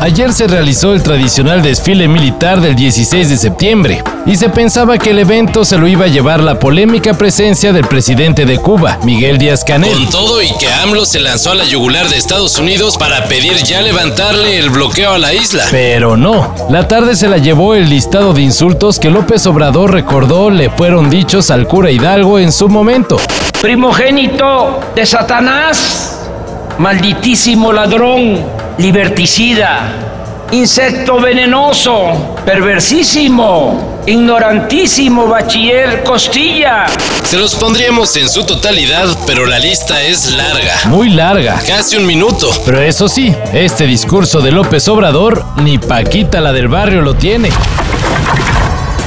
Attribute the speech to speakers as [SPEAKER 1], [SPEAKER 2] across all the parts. [SPEAKER 1] Ayer se realizó el tradicional desfile militar del 16 de septiembre y se pensaba que el evento se lo iba a llevar la polémica presencia del presidente de Cuba, Miguel Díaz Canel. Con todo y que AMLO se lanzó a la yugular de Estados Unidos para pedir ya levantarle el bloqueo a la isla. Pero no, la tarde se la llevó el listado de insultos que López Obrador recordó le fueron dichos al cura Hidalgo en su momento.
[SPEAKER 2] Primogénito de Satanás, malditísimo ladrón liberticida, insecto venenoso, perversísimo, ignorantísimo bachiller Costilla.
[SPEAKER 1] Se los pondríamos en su totalidad, pero la lista es larga. Muy larga. Casi un minuto. Pero eso sí, este discurso de López Obrador, ni Paquita la del barrio lo tiene.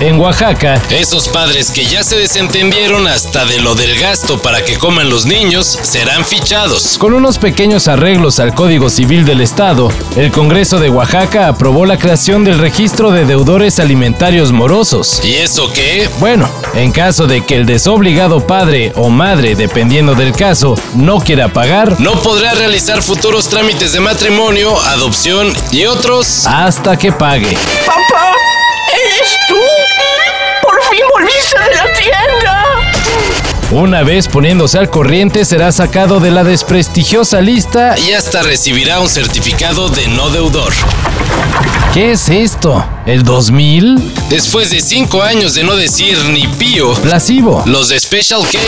[SPEAKER 1] En Oaxaca, esos padres que ya se desentendieron hasta de lo del gasto para que coman los niños serán fichados. Con unos pequeños arreglos al Código Civil del Estado, el Congreso de Oaxaca aprobó la creación del registro de deudores alimentarios morosos. ¿Y eso qué? Bueno, en caso de que el desobligado padre o madre, dependiendo del caso, no quiera pagar, no podrá realizar futuros trámites de matrimonio, adopción y otros hasta que pague.
[SPEAKER 3] ¡Papá! ¿Eres tú? ¡Por fin volviste de la tienda!
[SPEAKER 1] Una vez poniéndose al corriente será sacado de la desprestigiosa lista y hasta recibirá un certificado de no deudor. ¿Qué es esto? ¿El 2000? Después de cinco años de no decir ni pío, Placebo, los de Special K.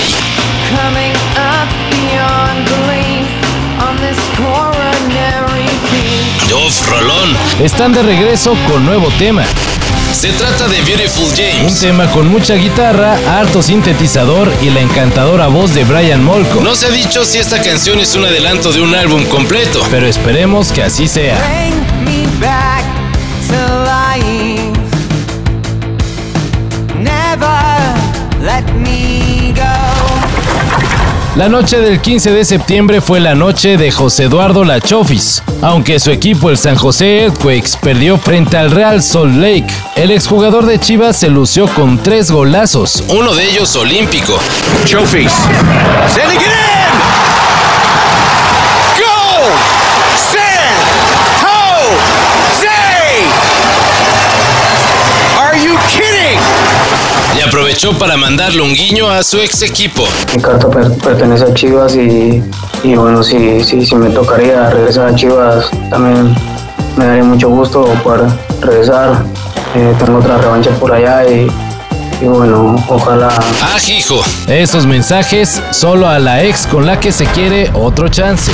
[SPEAKER 4] Coming up beyond belief on this coronary beat.
[SPEAKER 1] Uf, Rolón. Están de regreso con nuevo tema. Se trata de Beautiful James. Un tema con mucha guitarra, harto sintetizador y la encantadora voz de Brian Molko. No se ha dicho si esta canción es un adelanto de un álbum completo, pero esperemos que así sea.
[SPEAKER 4] Bring me back to life. Never let me go.
[SPEAKER 1] La noche del 15 de septiembre fue la noche de José Eduardo Lachofis. Aunque su equipo, el San José Earthquakes, perdió frente al Real Salt Lake, el exjugador de Chivas se lució con tres golazos, uno de ellos olímpico.
[SPEAKER 5] Chofis. Send again! Go! San Jose! Are you kidding?
[SPEAKER 1] Y aprovechó para mandarle un guiño a su ex equipo.
[SPEAKER 6] Mi carta per- pertenece a Chivas y, y bueno, si, si, si me tocaría regresar a Chivas, también me daría mucho gusto poder regresar. Eh, tengo otra revancha por allá y, y bueno, ojalá
[SPEAKER 1] Ah, hijo. Esos mensajes solo a la ex con la que se quiere otro chance.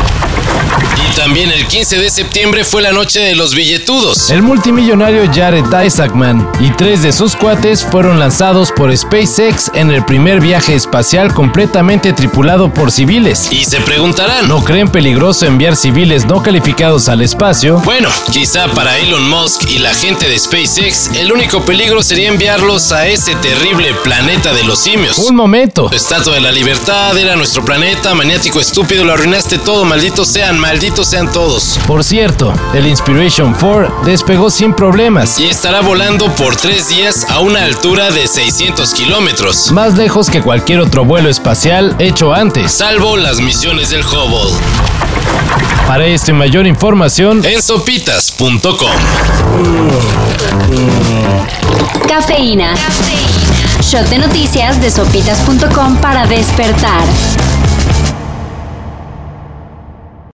[SPEAKER 1] Y también el 15 de septiembre fue la noche de los billetudos. El multimillonario Jared Isaacman y tres de sus cuates fueron lanzados por SpaceX en el primer viaje espacial completamente tripulado por civiles. Y se preguntarán, ¿no creen peligroso enviar civiles no calificados al espacio? Bueno, quizá para Elon Musk y la gente de SpaceX, el único peligro sería enviarlos a ese terrible planeta de los simios. Un momento. Estatua de la Libertad era nuestro planeta, maniático estúpido, lo arruinaste todo, malditos sean, malditos sean todos. Por cierto, el Inspiration 4 despegó sin problemas. Y estará volando por tres días a una altura de 600 kilómetros. Más lejos que cualquier otro vuelo espacial hecho antes. Salvo las misiones del Hubble. Para esto y mayor información en sopitas.com.
[SPEAKER 7] Cafeína. Shot de noticias de sopitas.com para despertar.